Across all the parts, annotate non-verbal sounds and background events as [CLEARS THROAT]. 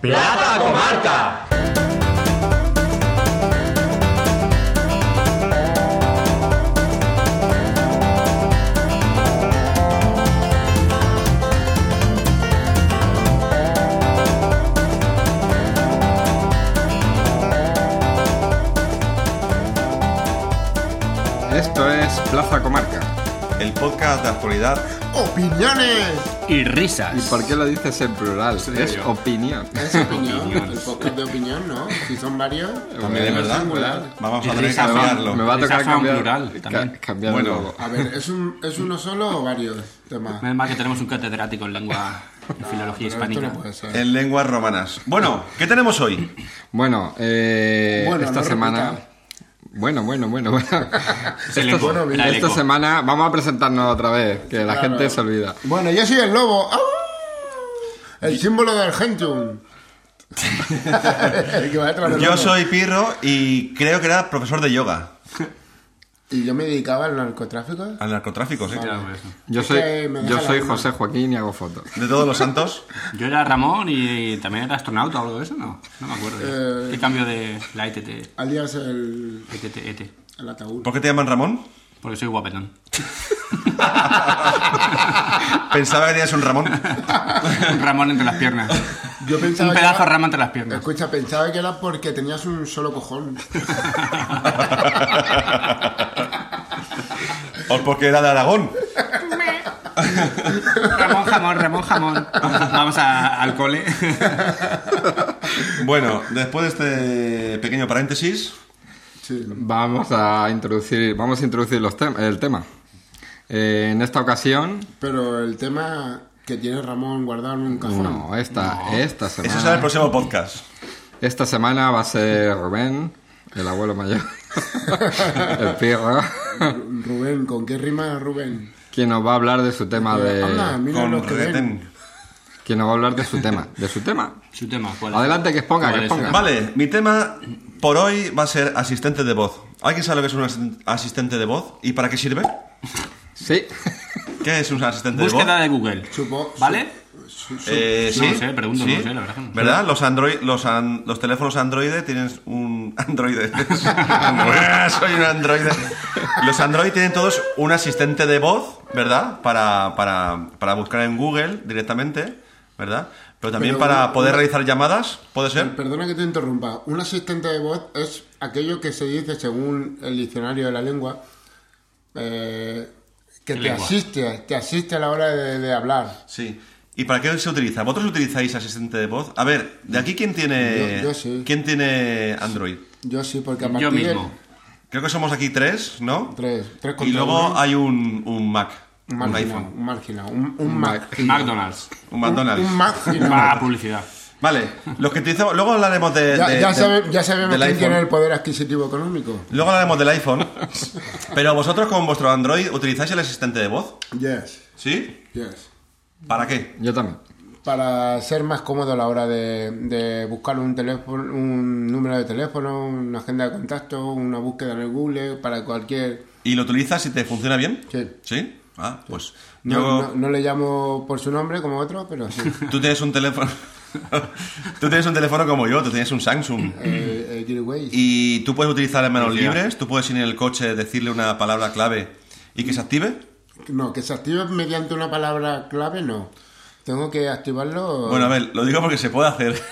Plata Comarca. Esto es Plaza Comarca. El podcast de actualidad. ¡Opiniones! y risas. ¿Y por qué lo dices en plural? es yo. opinión. Es opinión, el podcast de opinión, ¿no? Si son varios. También es es verdad. singular. Vamos a Y tener que risa, ¿no? cambiarlo. Me va a Esa tocar fue un cambiar, plural ca- también. cambiar Bueno. luego. A ver, ¿es, un, ¿es uno solo o varios temas? Menos mal que tenemos un catedrático en lengua en filología Pero esto hispánica. no puede ser. En lenguas romanas. Bueno, ¿qué tenemos hoy? Bueno, eh, Bueno, esta no semana... repita. Bueno, bueno, bueno, bueno. El eco, bueno, el esta Esta eco. semana vamos a presentarnos otra vez, que la Claro. gente se olvida. Bueno, yo soy el lobo. ¡Au! El símbolo [LAUGHS] del Gentium. El que va detrás del Yo lobo. soy Pirro y creo que era profesor de yoga. Y yo me dedicaba al narcotráfico. Al narcotráfico, sí. Claro, pues, por eso. Yo Es soy, que me deja yo la soy gana. José Joaquín y hago fotos. De todos los santos. Yo era Ramón y también era astronauta o algo de eso, no, no me acuerdo. ya. Eh. ¿Qué cambio de la E ETT? ETT, Alias el, ET. el ataúd. ¿Por qué te llaman Ramón? E Porque soy guapetón. Pensaba que tenías un Ramón. Un Ramón entre las piernas. Yo pensaba un que pedazo de era- rama entre las [LAUGHS] piernas. Escucha, pensaba que era porque tenías un solo cojón. O porque era de Aragón. Ramón, jamón, Ramón, jamón. Vamos a- al cole. Bueno, después de este pequeño paréntesis, Sí. Vamos a introducir, vamos a introducir los tem- el tema. Eh, en esta ocasión, Pero el tema que tiene Ramón guardado en un cajón. no, esta, esta eso será el semana, próximo podcast. esta semana va a ser Rubén, el abuelo [LAUGHS] mayor, el pirro, Rubén, ¿con qué rima Rubén? quien nos va a hablar de su tema Anda, de, mira lo Eh, Con que ven. Redeten. quien nos va a hablar de su tema, de su tema. Su tema, ¿cuál es? Adelante que exponga, que ¿Cuál es? exponga. Vale, mi tema por hoy va a ser asistente de voz. ¿Alguien sabe lo que es un asisten- asistente de voz? ¿Y para qué sirve? Sí, ¿Qué es un asistente de voz? Búsqueda de Google. Supo- ¿Vale? Eh, No sí, lo sé, pregunto, no lo sé, la verdad que no lo sé. ¿Verdad? Los, Android, los, an- los teléfonos Android tienen un [LAUGHS] Android. [LAUGHS] Buah, Soy un Android. Los Android tienen todos un asistente de voz, ¿verdad? Para, para, para buscar en Google directamente, ¿verdad? Pero también Pero para una- poder una- realizar llamadas, ¿puede ser? Perdona que te interrumpa. Un asistente de voz es aquello que se dice según el diccionario de la lengua eh, ¿Qué que te lengua? asiste, te asiste a la hora de, de hablar. Sí. ¿Y para qué se utiliza? ¿Vosotros utilizáis asistente de voz? A ver, ¿de aquí quién tiene, Yo- yo sí. ¿quién tiene Android? Yo sí, porque a Yo partir de mismo. Creo que somos aquí tres, ¿no? tres, tres Y contra luego uno, hay un, un Mac, un un marginal, iPhone. un marginal, un, un Mac, McDonald's. Un McDonald's. [LAUGHS] un [LAUGHS] marginal. Para Ah, publicidad. Vale, los que utilizamos. Luego hablaremos de. Ya, de- ya de- sabe- ya sabemos del quién tiene el iPhone. poder adquisitivo económico. Luego hablaremos del iPhone. [LAUGHS] Pero vosotros con vuestro Android utilizáis el asistente de voz, Yes, ¿sí? yes. ¿Para qué? yo también. Para ser más cómodo a la hora de, de buscar un teléfono, un número de teléfono, una agenda de contacto, una búsqueda en el Google, para cualquier... ¿Y lo utilizas y te funciona bien? Sí. ¿Sí? Ah, pues. No, yo- no- no le llamo por su nombre como otro, pero sí. [LAUGHS] Tú tienes un teléfono. tú tienes un teléfono como yo, tú tienes un Samsung. eh, eh, Gilways. Y tú puedes utilizar en manos Mira. libres, tú puedes ir en el coche, decirle una palabra clave y que se active. No, que se active mediante una palabra clave, no. Tengo que activarlo... Bueno, a ver, lo digo porque se puede hacer. [LAUGHS]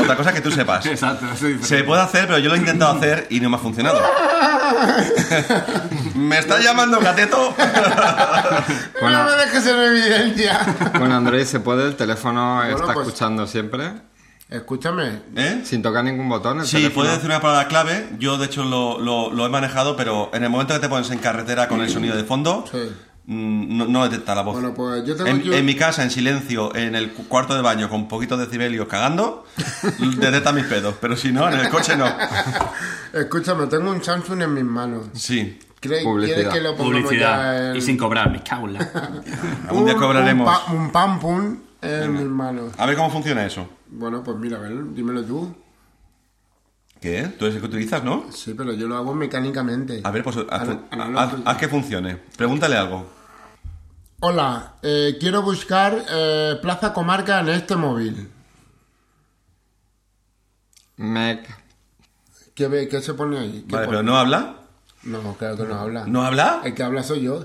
Otra cosa que tú sepas. Exacto, eso es Se diferente. puede hacer, pero yo lo he intentado hacer y no me ha funcionado. [LAUGHS] ¿Me está llamando gateto? ¡Eh, ¡No me dejes en evidencia! [LAUGHS] Con Android se puede, el teléfono Bueno, está pues- escuchando siempre, Escúchame, [LAUGHS] ¿Eh? sin tocar ningún botón. El Sí, teléfono. puedes decir una palabra clave. Yo, de hecho, lo, lo- lo he manejado, pero en el momento que te pones en carretera con el sonido de fondo, Sí. mm, no, no detecta la voz. Bueno, pues yo tengo en, yo- en mi casa, en silencio, en el cu- cuarto de baño, con poquitos decibelios [LAUGHS] cagando, detecta mis pedos. Pero si no, en el coche no. escúchame, tengo un Samsung en mis manos. Sí. ¿Cree- Publicidad. ¿Quieres que lo pongamos ya Publicidad. en- Y sin cobrar, me cago [LAUGHS] en la- Algún día Un- cobraremos. Un, pa- un pam pum en mis manos. A ver cómo funciona eso. Bueno, pues mira, a ver, dímelo tú. ¿Qué? ¿Tú eres el que utilizas, no? Sí, pero yo lo hago mecánicamente. A ver, pues haz, Ana- haz- analógico. haz que funcione. Pregúntale algo. Hola, eh, quiero buscar eh, Plaza Comarca en este móvil. Mec. ¿Qué, ve- qué se pone ahí? ¿Qué Vale, pone? pero no habla. No, claro que no habla. ¿No habla? El que habla soy yo.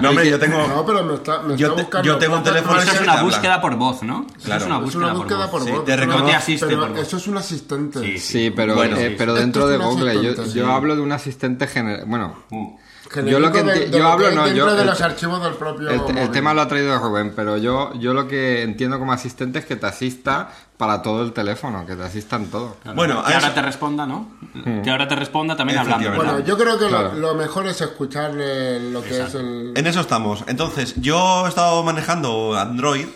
No, hombre, yo No, tengo. pero me está, me Yo está te- buscando. yo tengo un Pero teléfono Pero eso que es sí una habla. búsqueda por voz, ¿no? Eso Claro. Es una Es una búsqueda, búsqueda por Sí, voz. te pero- reconoce- asiste pero por voz. Eso es un asistente. Sí, sí. Sí, pero, Bueno, eh, sí. pero Esto dentro es de una Google. Yo, asistente, yo sí. hablo de un asistente general. Bueno, Mm. Genérico Yo lo que de- enti- de yo lo hablo, que hay no, yo- dentro de el- los archivos del propio. el, el móvil. tema lo ha traído Rubén, pero yo, yo lo que entiendo como asistente es que te asista para todo el teléfono, que te asistan todo. Bueno, que a ahora eso- te responda, ¿no? Que ahora te responda también hablando. Hmm. Efectivamente. Bueno, ¿verdad? yo creo que lo- Claro. lo, mejor es escuchar el- lo que es el. En eso estamos. Entonces, yo he estado manejando Android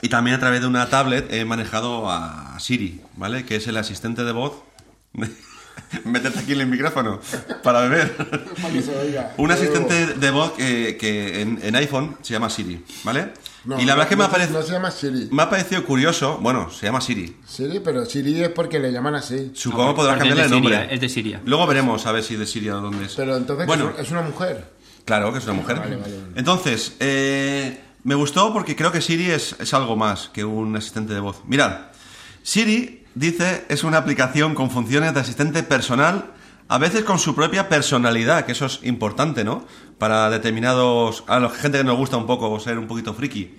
y también a través de una tablet he manejado a Siri, ¿vale? Que es el asistente de voz. [LAUGHS] Métete aquí en el micrófono para beber. [LAUGHS] Para que se oiga. Un asistente de voz que, que en, en iPhone se llama Siri, ¿vale? No, y la verdad es que me, no ha parec- se- No se llama Siri. me ha parecido curioso. Bueno, se llama Siri. Siri, pero Siri es porque le llaman así. Supongo No, podrás porque es cambiarle el de Siria, nombre. es de Siria. Luego veremos a ver si de Siria o dónde es. Pero entonces bueno, es una mujer. Claro, que es una mujer. Entonces, eh, me gustó porque creo que Siri es, es algo más que un asistente de voz. Mirad, Siri dice es una aplicación con funciones de asistente personal, a veces con su propia personalidad, que eso es importante, ¿no? Para determinados. a la gente que nos gusta un poco ser un poquito friki.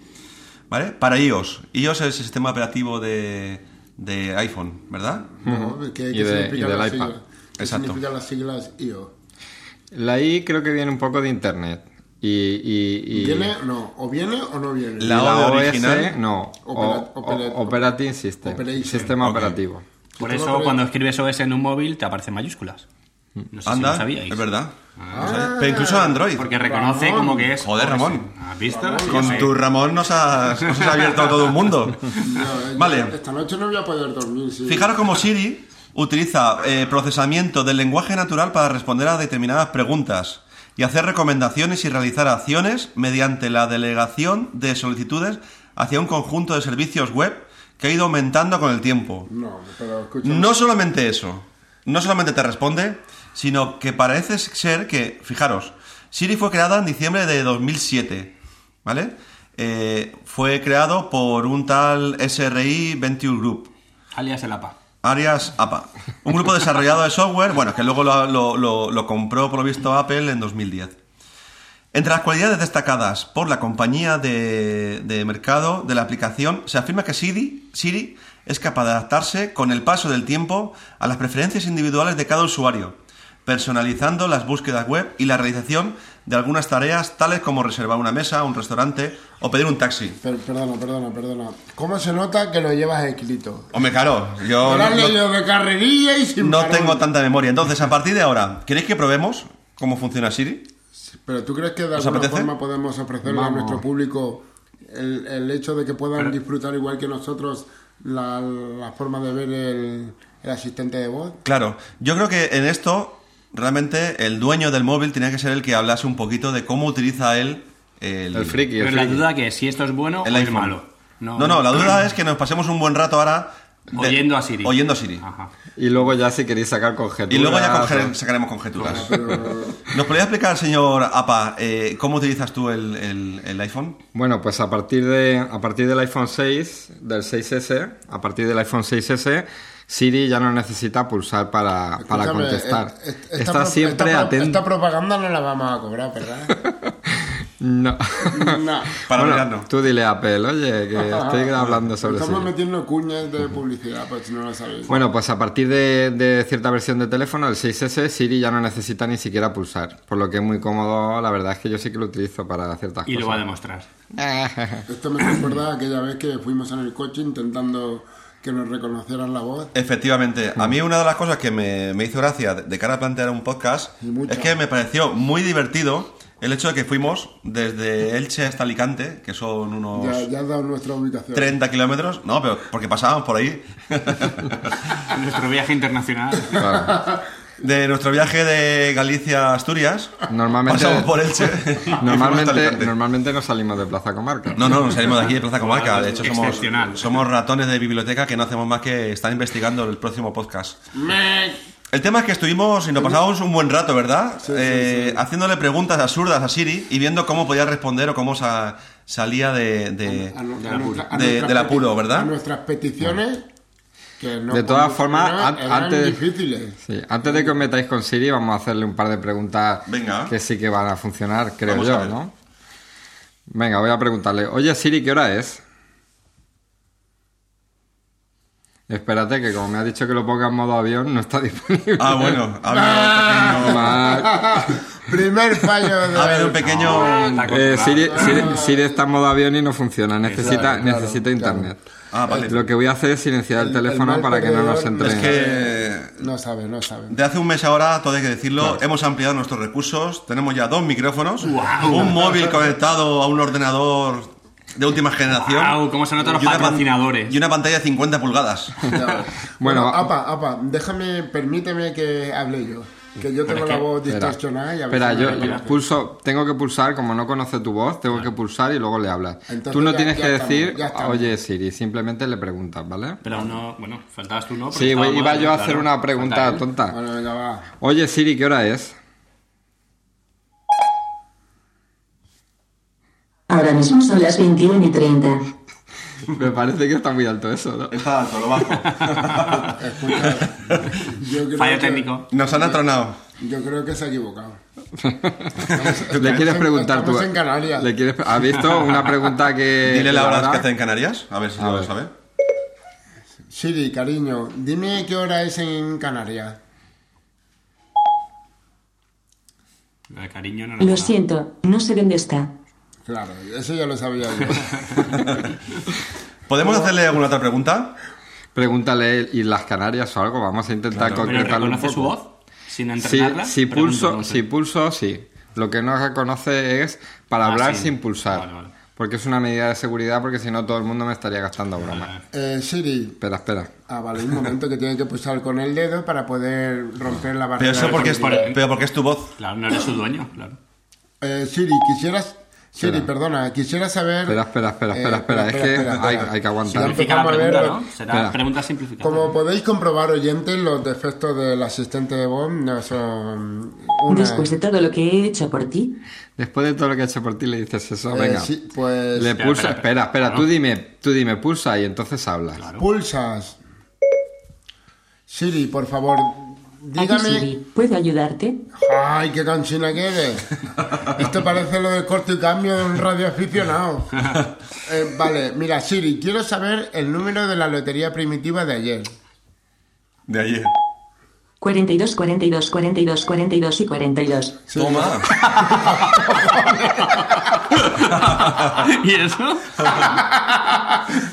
¿Vale? Para iOS. iOS es el sistema operativo de, de iPhone, ¿verdad? ¿no? ¿Qué, Y qué de- significa y del la iPad. sigla? ¿Qué Exacto. significan las siglas IO? La I creo que viene un poco de internet. Y, y, y- ¿Viene? No, o viene o no viene. y La O de original. no. Opera- o- opera- o- operating System. Operation. Sistema Ok. operativo. Por Yo tengo eso que- cuando escribes OS en un móvil te aparecen mayúsculas. No sé si Anda, lo sabíais. es verdad. No sé, Pero incluso Android. Porque reconoce Ramón. como que es. Joder, OS. Ramón. ¿Has visto? Con Sí. tu Ramón nos has, nos has abierto a todo el mundo. No, eh, Ah, Vale. Esta noche no voy a poder dormir. sí. Fijaros cómo Siri utiliza eh, procesamiento del lenguaje natural para responder a determinadas preguntas y hacer recomendaciones y realizar acciones mediante la delegación de solicitudes hacia un conjunto de servicios web que ha ido aumentando con el tiempo. No, pero escucha. No solamente eso, no solamente te responde, sino que parece ser que, fijaros, Siri fue creada en diciembre de 2007, ¿vale? Eh, fue creado por un tal SRI Venture Group, Alias el APA. Arias APA, un grupo desarrollado de software, bueno, que luego lo, lo- lo- lo compró por lo visto Apple en 2010. Entre las cualidades destacadas por la compañía de, de mercado de la aplicación, se afirma que Siri, Siri es capaz de adaptarse con el paso del tiempo a las preferencias individuales de cada usuario, personalizando las búsquedas web y la realización de algunas tareas tales como reservar una mesa, un restaurante o pedir un taxi. Per- perdona, perdona, perdona. ¿Cómo se nota que lo llevas escrito? Hombre, claro, yo... Ahora no- no- leído de carrerilla y sin No parón. tengo tanta memoria. Entonces, a partir de ahora, ¿queréis que probemos cómo funciona Siri? Pero ¿tú crees que de ¿Os alguna apetece? forma podemos ofrecerle a Vamos. nuestro público el, el hecho de que puedan disfrutar igual que nosotros la, la forma de ver el, el asistente de voz? Claro, yo creo que en esto realmente el dueño del móvil tenía que ser el que hablase un poquito de cómo utiliza él el, El friki. Pero El la friki. duda que es si esto es bueno el o es iPhone. malo. No, no, la duda es que nos pasemos un buen rato ahora de- Oyendo a Siri. Ah. Oyendo a Siri. Ajá. Y luego ya si queréis sacar conjeturas. Y luego ya conge- o- sacaremos conjeturas. Pero- ¿Nos podría explicar, señor APA, eh, cómo utilizas tú el, el- el iPhone? Bueno, pues a partir, de, a partir del iPhone 6, del 6S, a partir del iPhone 6S, Siri ya no necesita pulsar para, para Escúchame, contestar. es- es- esta Está pro- siempre esta pro- Esta atento. propaganda no la vamos a [LAUGHS] cobrar, ¿verdad? [LAUGHS] No. no. Para Bueno, mirarnos. Tú dile a Apple, oye, que [LAUGHS] estoy hablando sobre Estamos Siri. metiendo cuñas de publicidad, pues si no lo sabéis. Bueno, pues a partir de, de cierta versión de teléfono, el 6S, Siri ya no necesita ni siquiera pulsar. Por lo que es muy cómodo, la verdad es que yo sí que lo utilizo para ciertas Y lo va a cosas. demostrar. Esto me recuerda aquella vez que fuimos en el coche intentando que nos reconocieran la voz. Efectivamente, a mí una de las cosas que me, me hizo gracia de- de cara a plantear un podcast Y mucho. es que me pareció muy divertido el hecho de que fuimos desde Elche hasta Alicante, que son unos Ya, ya has dado nuestra ubicación. 30 kilómetros, no, pero porque pasábamos por ahí, Nuestro viaje internacional. [LAUGHS] [LAUGHS] Claro. de nuestro viaje de Galicia a Asturias, Normalmente- pasamos por Elche. y fuimos hasta Alicante. Normalmente, normalmente no salimos de Plaza Comarca. No, no, nos salimos de aquí de Plaza Comarca. De hecho, somos, Excepcional. somos ratones de biblioteca que no hacemos más que estar investigando el próximo podcast. El tema es que estuvimos y nos pasamos un buen rato, ¿verdad? Eh, Haciéndole preguntas absurdas a Siri y viendo cómo podía responder o cómo sa- salía de, de- A nu- a de- nuestra- a de- nuestras del apuro, peti- A ¿verdad? nuestras peticiones Que no De todas podían- formas, eran- an- eran antes- difíciles. [LAUGHS] Sí, antes de que os metáis con Siri, vamos a hacerle un par de preguntas Venga. que sí que van a funcionar, creo Vamos a yo, ver. ¿no? Venga, voy a preguntarle, oye Siri, ¿qué hora es? Espérate, que como me ha dicho que lo ponga en modo avión, no está [LAUGHS] disponible. Ah, bueno, ha habido un Ah, pequeño. Primer fallo de. Ha habido un Está pequeño. Eh, controlado. Siri, Siri- Siri está en modo avión y no funciona, necesita, Claro, claro, necesita claro. internet. Ah, vale. Lo que voy a hacer es silenciar el, El- el teléfono mal para que no nos entre. perdedor Es que No sabe, no sabe. [LAUGHS] De hace un mes ahora, todo hay que decirlo, hemos ampliado nuestros recursos, tenemos ya dos micrófonos, un móvil conectado a un ordenador de última generación. Guau, cómo se notan los y una pan- patrocinadores. Y una pantalla de 50 pulgadas. Ya. Bueno, bueno, va- apa, apa, déjame, permíteme que hable yo. Que yo tengo es la que- voz Espera. distorsionada y a Espera, veces yo me relajo. pulso, tengo que pulsar, como no conoce tu voz, tengo que pulsar y luego le hablas. Ah. Entonces Tú no ya- tienes ya que estamos, decir, ya estamos. oye Siri, simplemente le preguntas, ¿vale? Pero aún no, bueno, faltabas tú, ¿no? Porque Sí, estaba voy- iba mal, yo a claro. hacer una Falta pregunta él. tonta. Bueno, venga, va. Oye Siri, ¿qué hora es? Ahora mismo son las 21 y 30. Me parece que está muy alto eso, ¿no? Está alto, lo bajo. Yo [LAUGHS] creo Fallo que- técnico. [LAUGHS] Nos han atronado. Yo creo que se ha equivocado. Le quieres en- preguntar tú. estamos en Canarias. ¿Le quieres, pre- ¿Has visto una pregunta Eh, que... Dile la que hora habrá? que hace en Canarias, a ver si lo sabe. Siri, cariño, dime qué hora es en Canarias. El Eh, cariño no era Lo nada. [LAUGHS] siento, no sé dónde está. Claro, eso ya lo sabía yo. ¿Podemos hacerle alguna otra pregunta? Pregúntale, ¿y las Canarias o algo? Vamos a intentar ¿Pero concretarlo un reconoce poco. su voz? Sin Si, entrenarla. si Pregunto, pulso, no sé. si pulso, sí. Lo que no reconoce es para Ah, hablar sí. sin pulsar. Vale, vale. Porque es una medida de seguridad, porque si no todo el mundo me estaría gastando bromas. Ah. Eh, Siri, Espera, espera. ah, vale, un momento que tiene que pulsar con el dedo para poder romper la Pero barrera. eso porque es, por- pero porque es tu voz. Claro, no eres su dueño, claro. Eh, Siri, quisieras... Siri, perdona, quisiera saber... Espera, espera, espera, Eh, espera, espera. Es que espera, hay, espera. hay que aguantar. Silencio. Simplifica la empezamos a eh, pregunta, verlo. ¿no? Será Espera. pregunta simplificada. [LAUGHS] Como podéis comprobar, oyentes, los defectos del asistente de voz no son... Una... Después de todo lo que he hecho por ti, Después de todo lo que he hecho por ti, le dices eso, Eh, venga. sí, pues Le Espera, pulsa, espera, espera. espera, espera. Tú dime, tú dime, pulsa y entonces hablas. pulsas. Siri, por favor, aquí dígame... Siri, ¿puedo ayudarte? ¡Ay, qué canchina que eres! Esto parece lo de corto y cambio de un radioaficionado. Eh, vale, mira, Siri, quiero saber el número de la lotería primitiva de ayer. De ayer. 42, 42, 42, 42 y 42. Toma. ¿Y eso?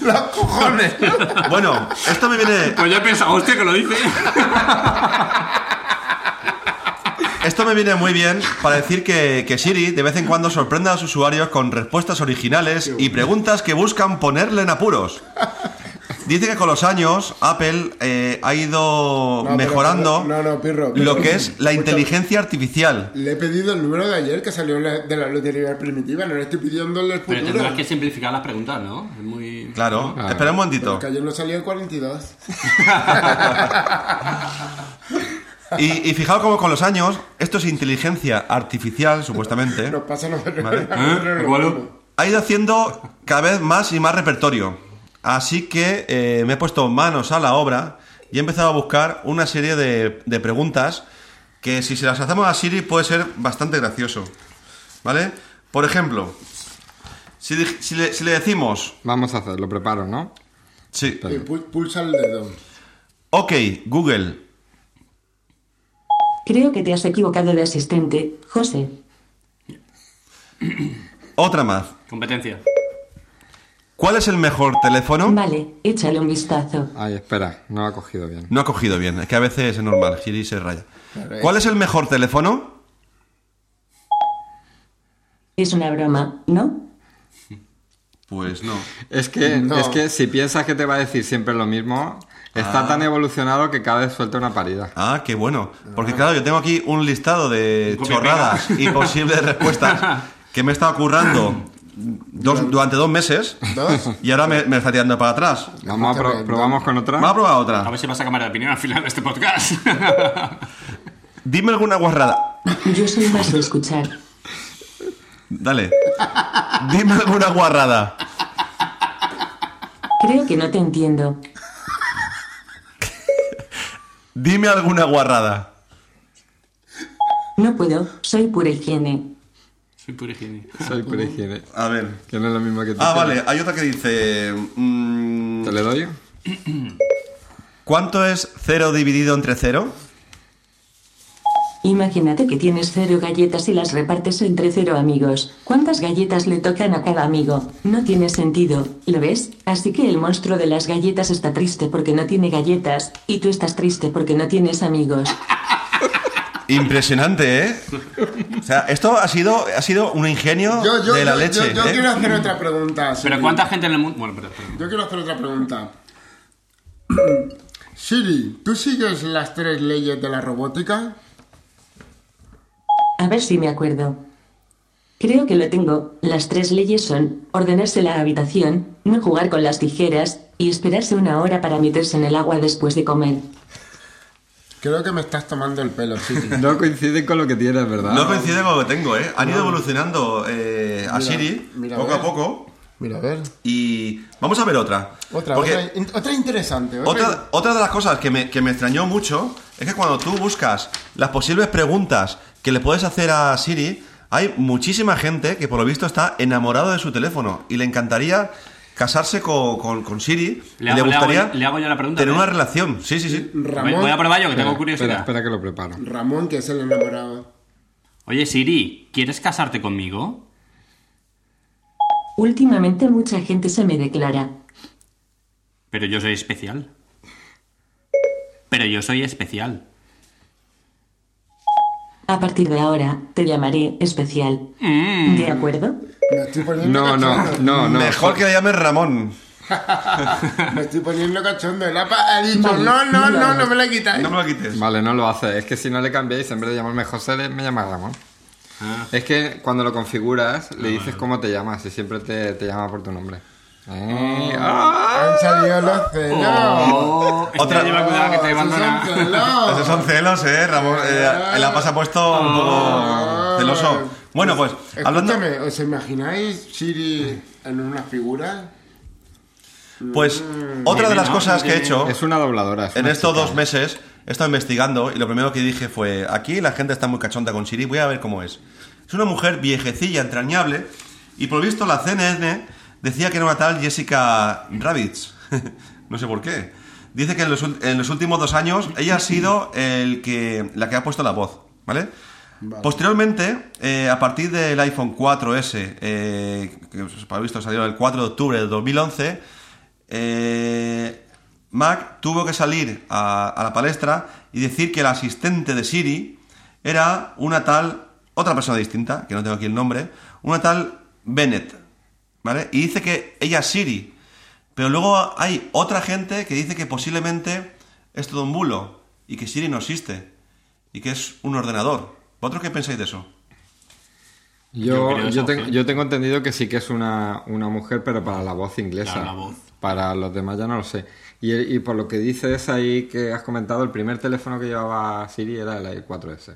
¡Los [LAUGHS] cojones! Bueno, esto me viene, Pues yo he pensado, hostia, que lo [LAUGHS] dice. Esto me viene muy bien para decir que, que Siri de vez en cuando sorprende a los usuarios con respuestas originales y preguntas que buscan ponerle en apuros. Dice que con los años Apple eh, ha ido pero- mejorando no, no, Pirro, Pirro, lo que es la escúchame. inteligencia artificial. Le he pedido el número de ayer que salió la- de la lotería primitiva, no le estoy pidiendo el del Pero futuro. tendrás que simplificar las preguntas, ¿no? Es muy. Claro, espera un momentito. Porque ayer no salió el 42. Y, y fijaos cómo con los años, esto es inteligencia artificial, supuestamente, Nos pasa a nosotros. Vale. a nosotros ¿Eh? lo Igual. mismo. ha ido haciendo cada vez más y más repertorio. Así que eh, me he puesto manos a la obra y he empezado a buscar una serie de, de preguntas que si se las hacemos a Siri puede ser bastante gracioso. ¿Vale? Por ejemplo, si, dij- si le, si le decimos... Vamos a hacerlo, preparo, ¿no? Sí. Y pu- pulsa el dedo. Ok, Google, Creo que te has equivocado de asistente, José. otra más. Competencia. ¿Cuál es el mejor teléfono? Vale, échale un vistazo. Ay, espera, no lo ha cogido bien. No ha cogido bien, es que a veces es normal, Siri se raya. ¿Cuál es el mejor teléfono? Es una broma, ¿no? Pues no. Es que, No. es que si piensas que te va a decir siempre lo mismo, Ah. está tan evolucionado que cada vez suelta una parida. Ah, qué bueno. Porque claro, yo tengo aquí un listado de Un copia-pega. chorradas y posibles [LAUGHS] respuestas que me he estado currando dos- durante dos meses ¿Dos? y ahora me, me está tirando para atrás. Vamos a pro- Escúchame, probamos con otra. Vamos a probar A otra. ver si vas a cambiar de opinión al final de este podcast. Dime alguna guarrada. Yo soy más de escuchar. Dale. Dime alguna guarrada. Creo que no te entiendo. Dime alguna guarrada. No puedo, soy pura higiene. [LAUGHS] Soy pura higiene. Soy por higiene. A ver. Que no es lo mismo que tú. Ah, vale, hay otra que dice... mm, ¿Te le doy? ¿Cuánto es 0 dividido entre 0? Imagínate que tienes cero galletas y las repartes entre cero amigos. ¿Cuántas galletas le tocan a cada amigo? No tiene sentido, ¿lo ves? Así que el monstruo de las galletas está triste porque no tiene galletas, y tú estás triste porque no tienes amigos. Impresionante, ¿eh? O sea, esto ha sido, ha sido un ingenio Yo, yo, de la yo- leche. yo- yo ¿eh? quiero hacer otra pregunta. Pero Siri. ¿cuánta gente en el mundo...? Bueno, pero... pero- Yo quiero hacer otra pregunta. [CLEARS THROAT] Siri, ¿tú sigues las tres leyes de la robótica? A ver si me acuerdo. Creo que lo tengo. Las tres leyes son ordenarse la habitación, no jugar con las tijeras y esperarse una hora para meterse en el agua después de comer. Creo que me estás tomando el pelo, Siri. No coincide con lo que tienes, ¿verdad? No coincide con lo que tengo, ¿eh? Han ido evolucionando eh, a Siri mira, poco a ve. poco. [LAUGHS] Mira, a ver. Y vamos a ver otra. Otra, Porque otra, in- otra interesante. otra- otra, otra de las cosas que me, que me extrañó mucho es que cuando tú buscas las posibles preguntas que le puedes hacer a Siri, hay muchísima gente que por lo visto está enamorado de su teléfono y le encantaría casarse con, con- con Siri. y Le hago- le hago- gustaría le hago yo la pregunta, tener ¿eh? una relación. Sí, sí, sí. Voy, Ramón, voy a probar yo, que tengo Espera, curiosidad. espera que lo preparo. Ramón, que es el enamorado. Oye, Siri, ¿quieres casarte conmigo? Últimamente mucha gente se me declara. Pero yo soy especial. Pero yo soy especial. A partir de ahora te llamaré especial. ¿De acuerdo? Me estoy poniendo No, no, cachondo. no, no. Mejor que le llames Ramón. Me estoy poniendo cachondo. El APA ha dicho, Vale, no, no, vale. no, no me la quitáis. No me lo quites. Vale, no lo hace. Es que si no le cambiáis, en vez de llamarme José, le- me llama Ramón. Ah. Es que cuando lo configuras, le dices cómo te llamas y siempre te, te llama por tu nombre. Eh, ¡ah! Han salido los celos. Otra- Otra este Ah, lleva Oh. cuidado que te Esos son abandona. celos. Esos son celos, ¿eh? Ramón, eh, la pasa puesto un Ah. poco celoso. Bueno, pues, hablando... Escúchame, ¿os imagináis Siri en una figura? Pues, Mm. otra de las cosas que he hecho ah, Es una dobladora. es en una estos chica. dos meses, he estado investigando y lo primero que dije fue, aquí la gente está muy cachonda con Siri, voy a ver cómo es. Es una mujer viejecilla, entrañable, y por lo visto la CNN decía que era una tal Jessica Rabbits. [LAUGHS] no sé por qué. Dice que en los, ul- en los últimos dos años ella ha sido el que, la que ha puesto la voz, ¿vale? Posteriormente, eh, a partir del iPhone 4S, eh, que para visto salió el 4 de octubre del 2011, eh, Mac tuvo que salir a, a la palestra y decir que el asistente de Siri era una tal, otra persona distinta, que no tengo aquí el nombre, una tal Bennett, ¿vale? Y dice que ella es Siri, pero luego hay otra gente que dice que posiblemente es todo un bulo y que Siri no existe y que es un ordenador. ¿Vosotros qué pensáis de eso? Yo Yo, creo yo, esa tengo, opción. yo tengo entendido que sí que es una, una mujer, pero para la voz inglesa. Para la voz. Para los demás ya no lo sé. Y, y por lo que dices ahí que has comentado, el primer teléfono que llevaba Siri era el i4S.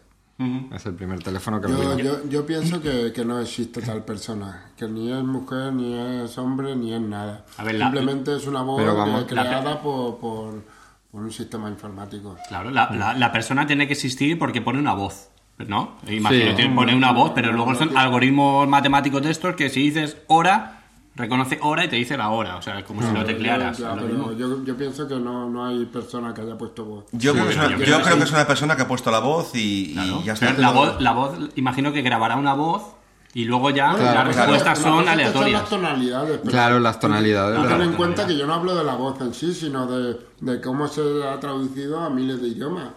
Es el primer teléfono que lo Yo, vimos. yo, yo pienso que, que no existe tal persona, que ni es mujer, ni es hombre, ni es nada. A ver, la- Simplemente es una voz Pero que- vamos, la- creada por, por, por un sistema informático. Claro, la, la- la persona tiene que existir porque pone una voz, ¿no? Imagino Sí. que pone una voz, pero luego son algoritmos matemáticos de estos que si dices hora, reconoce hora y te dice la hora. O sea, es como si lo teclearas. Ya, es lo pero mismo. yo, yo pienso que no, no hay persona que haya puesto voz. Yo, creo, que es una, yo yo creo que creo sí. que es una persona que ha puesto la voz y, y Claro. ya está. Pero la, voz, la voz, imagino que grabará una voz y luego ya Claro, Ah, las claro. respuestas La son cosa es que aleatorias. las tonalidades. pero- Claro, las tonalidades. Ten de en la- cuenta que yo no hablo de la voz en sí, sino de, de cómo se ha traducido a miles de idiomas.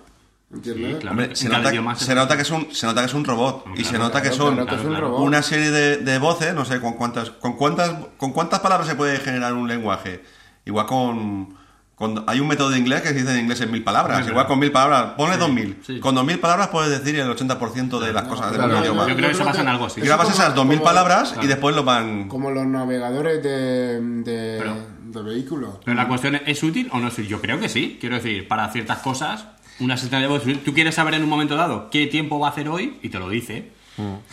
¿Entiendes? Sí, claro. Hombre, se En cada nota, idioma se se- nota que es un, se nota que es un robot y se nota que Claro, son claro, que es un claro. robot. una serie de, de voces, no sé con cuántas, con cuántas, con cuántas palabras se puede generar un lenguaje. Igual con, con- hay un método de inglés que se dice en inglés en mil palabras. Hombre, Igual claro. con mil palabras, ponle dos mil. sí. Con dos mil palabras puedes decir el 80% de las cosas del claro. mismo Yo- idioma. yo creo que se basa en algo así. Y eso grabas como- esas dos mil como- palabras y después lo van. Como los navegadores de, de, Pero- de vehículos. Pero la cuestión es, ¿es útil o no es útil? Yo creo que sí. Quiero decir, para ciertas cosas, un asistente de voz, tú quieres saber en un momento dado qué tiempo va a Mm. hacer hoy y te lo dice.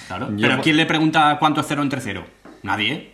Claro. Yo Pero po- ¿quién le pregunta cuánto es cero entre cero? Nadie.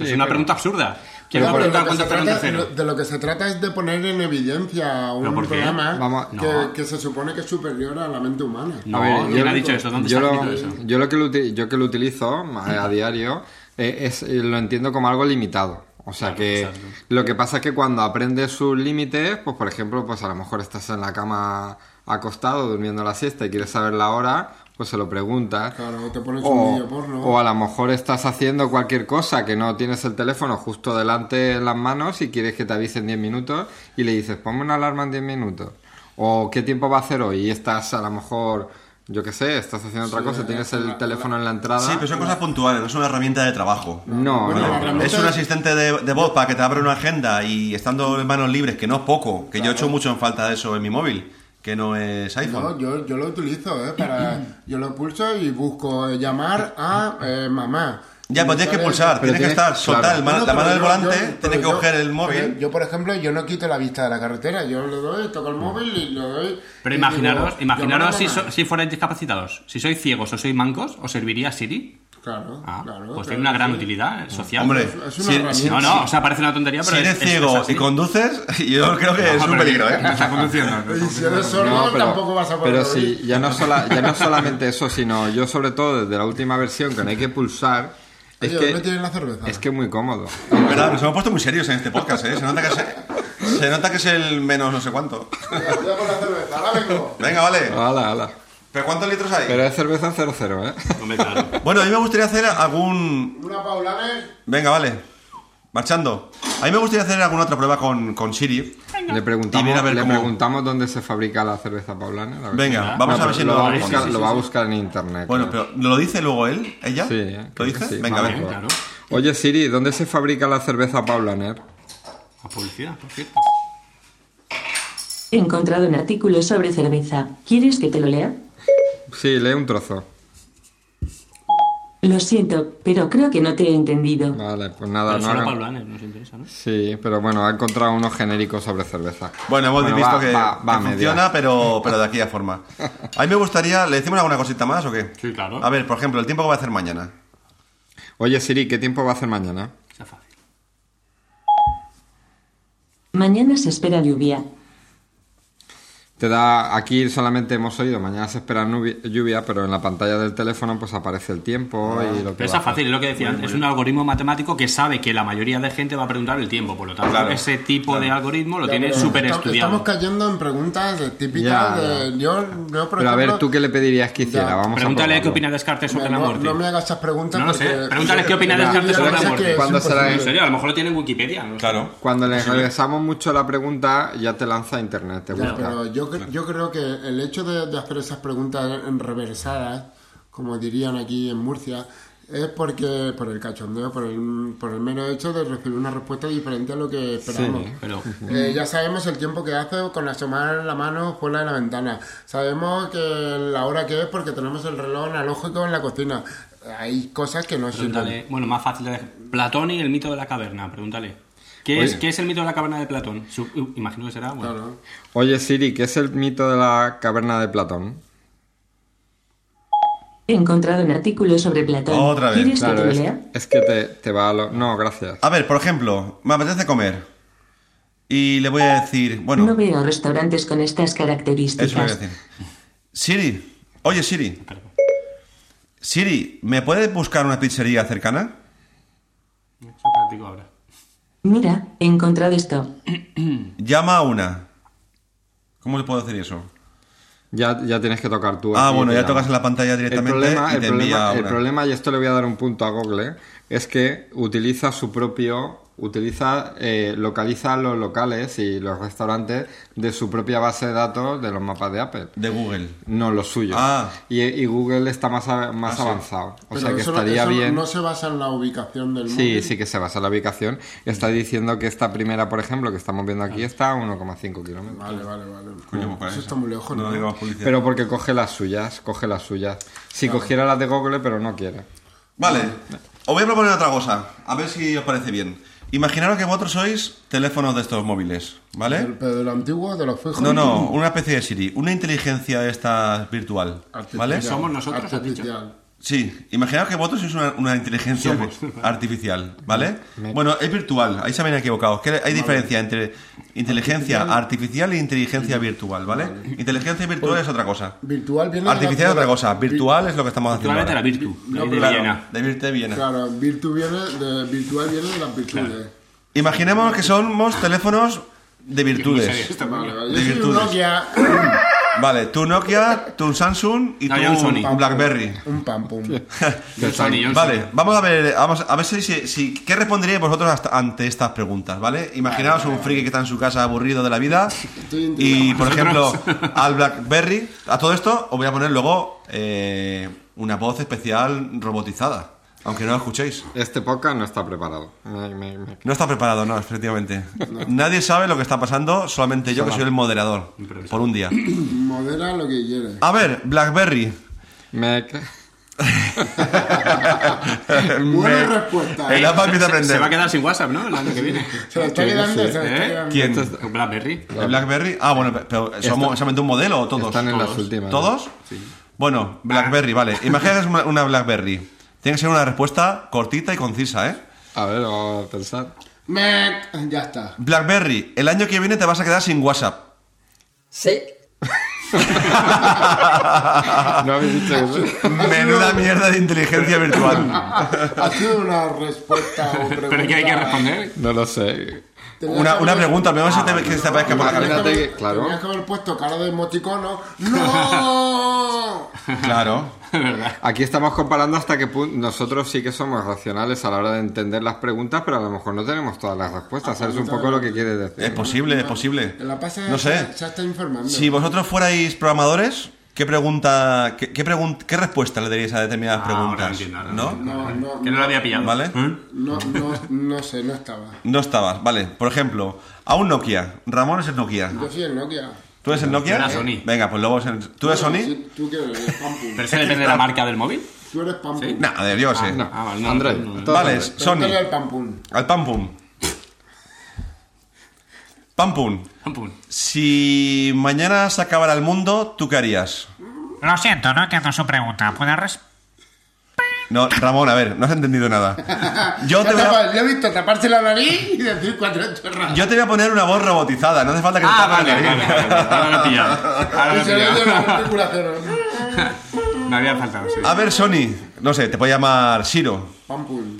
es una pero- pregunta absurda. ¿Quién Pero va a preguntar de lo que cuánto se fueron trata- tercero? lo- De lo que se trata es de poner en evidencia ¿Pero un por qué? programa Vamos- que, No. que se supone que es superior a la mente humana. No, A ver, ¿quién ha dicho eso? ¿Dónde yo se ha lo- escrito eso? Yo lo que lo, uti- yo que lo utilizo a, a diario eh, es, eh, lo entiendo como algo limitado. O sea Claro, que exacto. lo que pasa es que cuando aprendes sus límites, pues por ejemplo, pues a lo mejor estás en la cama acostado durmiendo la siesta y quieres saber la hora, pues se lo preguntas. Claro, te pones un O, vídeo porno. o a lo mejor estás haciendo cualquier cosa que no tienes el teléfono justo delante en las manos y quieres que te avisen 10 minutos y le dices, ponme una alarma en 10 minutos. O qué tiempo va a hacer hoy y estás a lo mejor, yo qué sé, estás haciendo otra cosa, tienes el teléfono en la entrada. Sí, pero son cosas puntuales, no es una herramienta de trabajo. No, Bueno, la no. herramienta Es un asistente de, de voz para que te abra una agenda y estando en manos libres, que no es poco, que yo echo mucho en falta de eso en mi móvil, que no es No, iPhone. yo, yo lo utilizo, ¿eh? Para, yo lo pulso y busco llamar a eh, mamá. ya, pues tienes que pulsar, Pero tienes que tienes- estar, soltar el mano- Bueno, la pero mano del yo- volante, yo- pero tienes que yo- coger el pero móvil. Yo, por ejemplo, yo no quito la vista de la carretera. Yo le doy, toco el móvil y le doy. Mm. Pero y imaginaros, digo, imaginaros llamar a si, mamá. so- si fuerais discapacitados. Si sois ciegos o sois mancos, ¿os serviría Siri? Claro, Ah, claro. pues claro, tiene una gran sí. Mm. utilidad eh, social. Hombre, es una si, herramienta. si- No, no, o sea, parece una tontería, si pero eres es- es- ciego es así. y conduces, [LAUGHS] yo creo que es un peligro, ¿eh? Me está conduciendo. [LAUGHS] Y me está si conduciendo. eres sordo, No, pero, tampoco vas a poder. pero oír. sí, ya no, sola- ya no solamente eso, sino yo sobre todo desde la última versión que no hay que pulsar, es Oye, ¿dónde que, tienen la cerveza? es que es muy cómodo. Verdad, nos hemos puesto muy serios en este podcast, ¿eh? Se nota que es, se nota que es el menos no sé cuánto. [LAUGHS] Cuidado con la cerveza, ahora vengo. Venga, vale. Ala, ala. ¿Pero cuántos litros hay? Pero es cerveza 00, ¿eh? Hombre, claro. Bueno, a mí me gustaría hacer algún... Una paulaner. Venga, vale. Marchando. A mí me gustaría hacer alguna otra prueba con, con Siri. Le Y mira a preguntamos, ver le cómo- preguntamos dónde se fabrica la cerveza paulana. la verdad. Venga, vamos No, a pero pues ver si lo, lo... va a sí, buscar, sí, lo va a buscar en internet. Bueno, creo. pero ¿lo dice luego él? ¿Ella? Sí, eh, creo ¿Lo que dice? sí. Venga, Vamos venga. a claro. ver. Oye Siri, ¿dónde se fabrica la cerveza paulaner? La publicidad, por cierto. He encontrado un artículo sobre cerveza. ¿Quieres que te lo lea? Sí, lee un trozo. Lo siento, pero creo que no te he entendido. Vale, pues nada, Pero no solo hagan- Paulaner nos interesa, ¿no? Sí, pero bueno, ha encontrado unos genéricos sobre cerveza. Bueno, hemos visto va- que, va- va que a medias. funciona, pero, pero de aquí a forma. A mí me gustaría... ¿Le decimos alguna cosita más o qué? Sí, claro. A ver, por ejemplo, el tiempo que va a hacer mañana. Oye Siri, ¿qué tiempo va a hacer mañana? Está fácil. Mañana se espera lluvia. Te da, aquí solamente hemos oído, mañana se espera nubi- lluvia, pero en la pantalla del teléfono pues aparece el tiempo y Ah, Pero lo que va esa a hacer. es fácil, es lo que decía antes. Es un algoritmo matemático que sabe que la mayoría de gente va a preguntar el tiempo. Por lo tanto, Claro. ese tipo de algoritmo lo tiene Pero súper estamos- estudiado. Estamos cayendo en preguntas eh, Ya, típicas ya. de. Yo, yo, por Pero a ejemplo, ver, ¿tú qué le pedirías que hiciera? Ya. Vamos Pregúntale a qué probarlo. opina Descartes sobre no, la muerte. no me hagas esas preguntas. No lo sé. porque- Pregúntale qué opina Mira, Descartes yo sobre sé la muerte. que es ¿Cuándo En será imposible. serio, a lo mejor lo tiene en Wikipedia. ¿no? Claro. Cuando le regresamos mucho la pregunta, ya te lanza a internet, te Ya, busca. pero yo, cre- yo creo que el hecho de, de hacer esas preguntas en reversadas, como dirían aquí en Murcia, es porque por el cachondeo, por el, por el mero hecho de recibir una respuesta diferente a lo que esperamos. Pero Eh, ya sabemos el tiempo que hace con asomar la mano fuera de la ventana. Sabemos que la hora que es porque tenemos el reloj analógico en la cocina. Hay cosas que no sirven. pregúntale, bueno, más fácil. de- Platón y el mito de la caverna. Pregúntale. ¿Qué, es, Oye. ¿Qué es el mito de la caverna de Platón? Su- uh, imagino que será. Bueno. Claro. Oye Siri, ¿qué es el mito de la caverna de Platón? He encontrado un artículo sobre Platón. Otra vez, ¿Quieres que Claro, te lo es, lea? es que te, te va a lo... No, gracias. A ver, por ejemplo, me apetece comer. Y le voy a decir... Bueno, No veo restaurantes con estas Eso lo voy a características. decir. Siri, oye Siri. Siri, ¿me puedes buscar una pizzería cercana? Eso practico ahora. Mira, he encontrado esto. Llama a una. ¿Cómo le puedo decir eso? Ya, ya tienes que tocar tú. Ah, aquí, bueno, te ya llamo. tocas en la pantalla El directamente problema, y el, te envía problema, a el una. problema, y esto le voy a dar un punto a Google, es que utiliza su propio, utiliza, eh, localiza los locales y los restaurantes de su propia base de datos de los mapas de Apple. De Google. No, los suyos. Ah. Y, y Google está más, a- más avanzado. O sea que eso Ah, no- estaría eso bien. No se basa en la ubicación del Sí, móvil. sí que se basa en la ubicación. Está diciendo que esta primera, por ejemplo, que estamos viendo aquí, está a 1,5 kilómetros. Vale, vale, vale. Coño, pues para eso está muy lejos, ¿no? No digamos publicidad. Pero porque coge las suyas, coge las suyas. Si cogiera las de Google, pero no quiere. Vale, os voy a proponer otra cosa, a ver si os parece bien. Imaginaros que vosotros sois teléfonos de estos móviles, Del- ¿vale? pero de lo antiguo, de los fijos. ¿Eh? No, no, una especie de Siri, una inteligencia esta virtual, Artificial. ¿vale? Somos nosotros, has dicho. Artificial. Sí, imaginaos que vosotros sois una, una inteligencia pues, artificial, ¿vale? Bueno, es virtual, ahí se habían equivocado. Es que hay diferencia entre inteligencia artificial e inteligencia virtual, ¿vale? Inteligencia virtual es otra cosa. Virtual viene de la Artificial es otra palabra- cosa, virtual es lo que estamos haciendo. Actualmente la ahora. Virtu, la No, Virtu de Claro, Viena. de Vir- de Viena. Claro, virtud viene de, virtual viene de las virtudes. Imaginemos que somos teléfonos de virtudes. Vale, vale. De Yo soy un virtudes. Nokia, Vale, tú Nokia, tú un Samsung y No, tú yo un un Sony. Blackberry. un pam pum. Yo soy, yo soy. Vale, vamos a ver, vamos a ver si, si- si- qué responderíais vosotros hasta- ante estas preguntas, ¿vale? Imaginaos un friki que está en su casa aburrido de la [LAUGHS] vida y, por ejemplo, [LAUGHS] al BlackBerry, a todo esto os voy a poner luego eh, una voz especial robotizada, aunque no la escuchéis. Este podcast no está preparado. Me- me- me- No está preparado, no, efectivamente. Nadie sabe lo que está pasando, solamente yo que soy el moderador, por un día. Modera lo que quieres. A ver, BlackBerry. me- Buena Me- respuesta. El APA empieza a Eh, Se, se va a aprender. quedar sin WhatsApp, ¿no? El año que viene. Se la está quedando, se la está ¿Eh? quedando. ¿Quién? Blackberry. ¿El BlackBerry? Ah, bueno, pero somos exactamente un modelo o todos. están en las todos, últimas. ¿Todos? Bueno, BlackBerry, vale. Imagínate una, una BlackBerry. Tiene que ser una respuesta cortita y concisa, ¿eh? A ver, vamos a pensar. Mec, Ya está. BlackBerry, el año que viene te vas a quedar sin WhatsApp. Sí. No habéis dicho eso. [LAUGHS] Menuda mierda de inteligencia virtual. Ha sido una respuesta o pregunta. [LAUGHS] Pero que hay que responder. No lo sé. Tenías que Una, haber- una pregunta, al menos si te, que se te aparezca por la tenías cabeza. que haber- Imagínate que- claro. Tenías que haber puesto cara [LAUGHS] de emoticono. ¡No! Claro. Aquí estamos comparando hasta qué punto nosotros sí que somos racionales a la hora de entender las preguntas, pero a lo mejor no tenemos todas las respuestas. ¿Sabes un poco lo que quiere decir? Es posible, es posible. En la pasa No sé. se, se está informando. Si vosotros fuerais programadores, ¿qué pregunta, qué, qué pregun- qué respuesta le daríais a determinadas Ah, ahora preguntas? entiendo, ahora ¿No? no, no, Que no lo había pillado. ¿Vale? ¿Eh? no, no, no sé, no estaba. No estabas, vale. Por ejemplo, a un Nokia. Ramón es el Nokia. Yo soy el Nokia. ¿Tú eres el Nokia? Yo era Sony. Venga, pues luego... es el- ¿Tú eres Sony? Sí, Tú que eres Pampum. Pero eso depende de Ah. la marca del móvil. Tú eres Pampum. Sí. Sí. Nah, a ver, yo sé. No, Ah, vale, no, Android. no, no. todo Vale, Android. es Sony. el Pampum. Al Pam Pum. Pam Pum. Pum, pum. Si mañana se acabara el mundo, ¿tú qué harías? Lo siento, no entiendo su pregunta. ¿Puede res- No, Ramón, a ver, no has entendido nada. Yo te voy a, Yo he visto taparse la nariz y decir cuatro chorras. yo te voy a poner una voz robotizada, no hace falta que te Ah, tape vale, la vale, nariz. vale, vale. Ahora lo he pillado. Ahora lo Y he se le dio la pillado. articulación. Me había faltado, sí. A ver, Sony, no sé, te puedo llamar Siro. Pampum.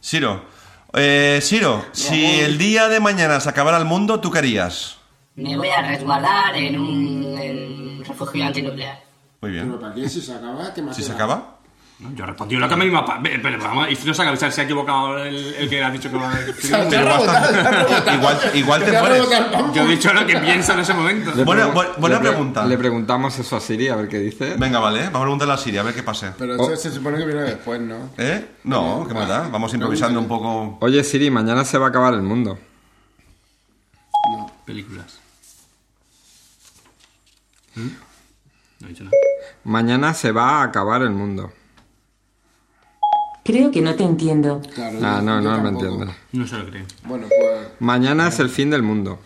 Siro. Eh, Siro, si el día de mañana se acabara el mundo, ¿tú qué harías? Me voy a resguardar en un en refugio antinuclear. Muy bien. Pero para qué si se acaba, ¿qué más Si se da? acaba. No, Yo he respondido lo que me iba a... Pero, pero vamos, y si no se ha avisado, se ha equivocado el, el que ha dicho que [LAUGHS] va a... Te ha rebotado, te ha rebotado. Igual- igual te ha mueres. rebotado el Yo he Pampum. dicho lo que pienso en ese momento. Le Buena- pregun- bu- buena le pre- pregunta. Le preguntamos eso a Siri a ver qué dice. Venga, vale, vamos a preguntarle a Siri a ver qué pasa. Pero eso se supone que viene después, ¿no? ¿Eh? No, qué maldad. Vamos improvisando un poco. Oye Siri, mañana se va a acabar el mundo. Películas. ¿Mm? No he dicho nada. Mañana se va a acabar el mundo. Creo que no te entiendo. Claro, Ah, yo- no, no me yo tampoco. entiendo. No se lo creo. Bueno, pues. Mañana es el fin del mundo.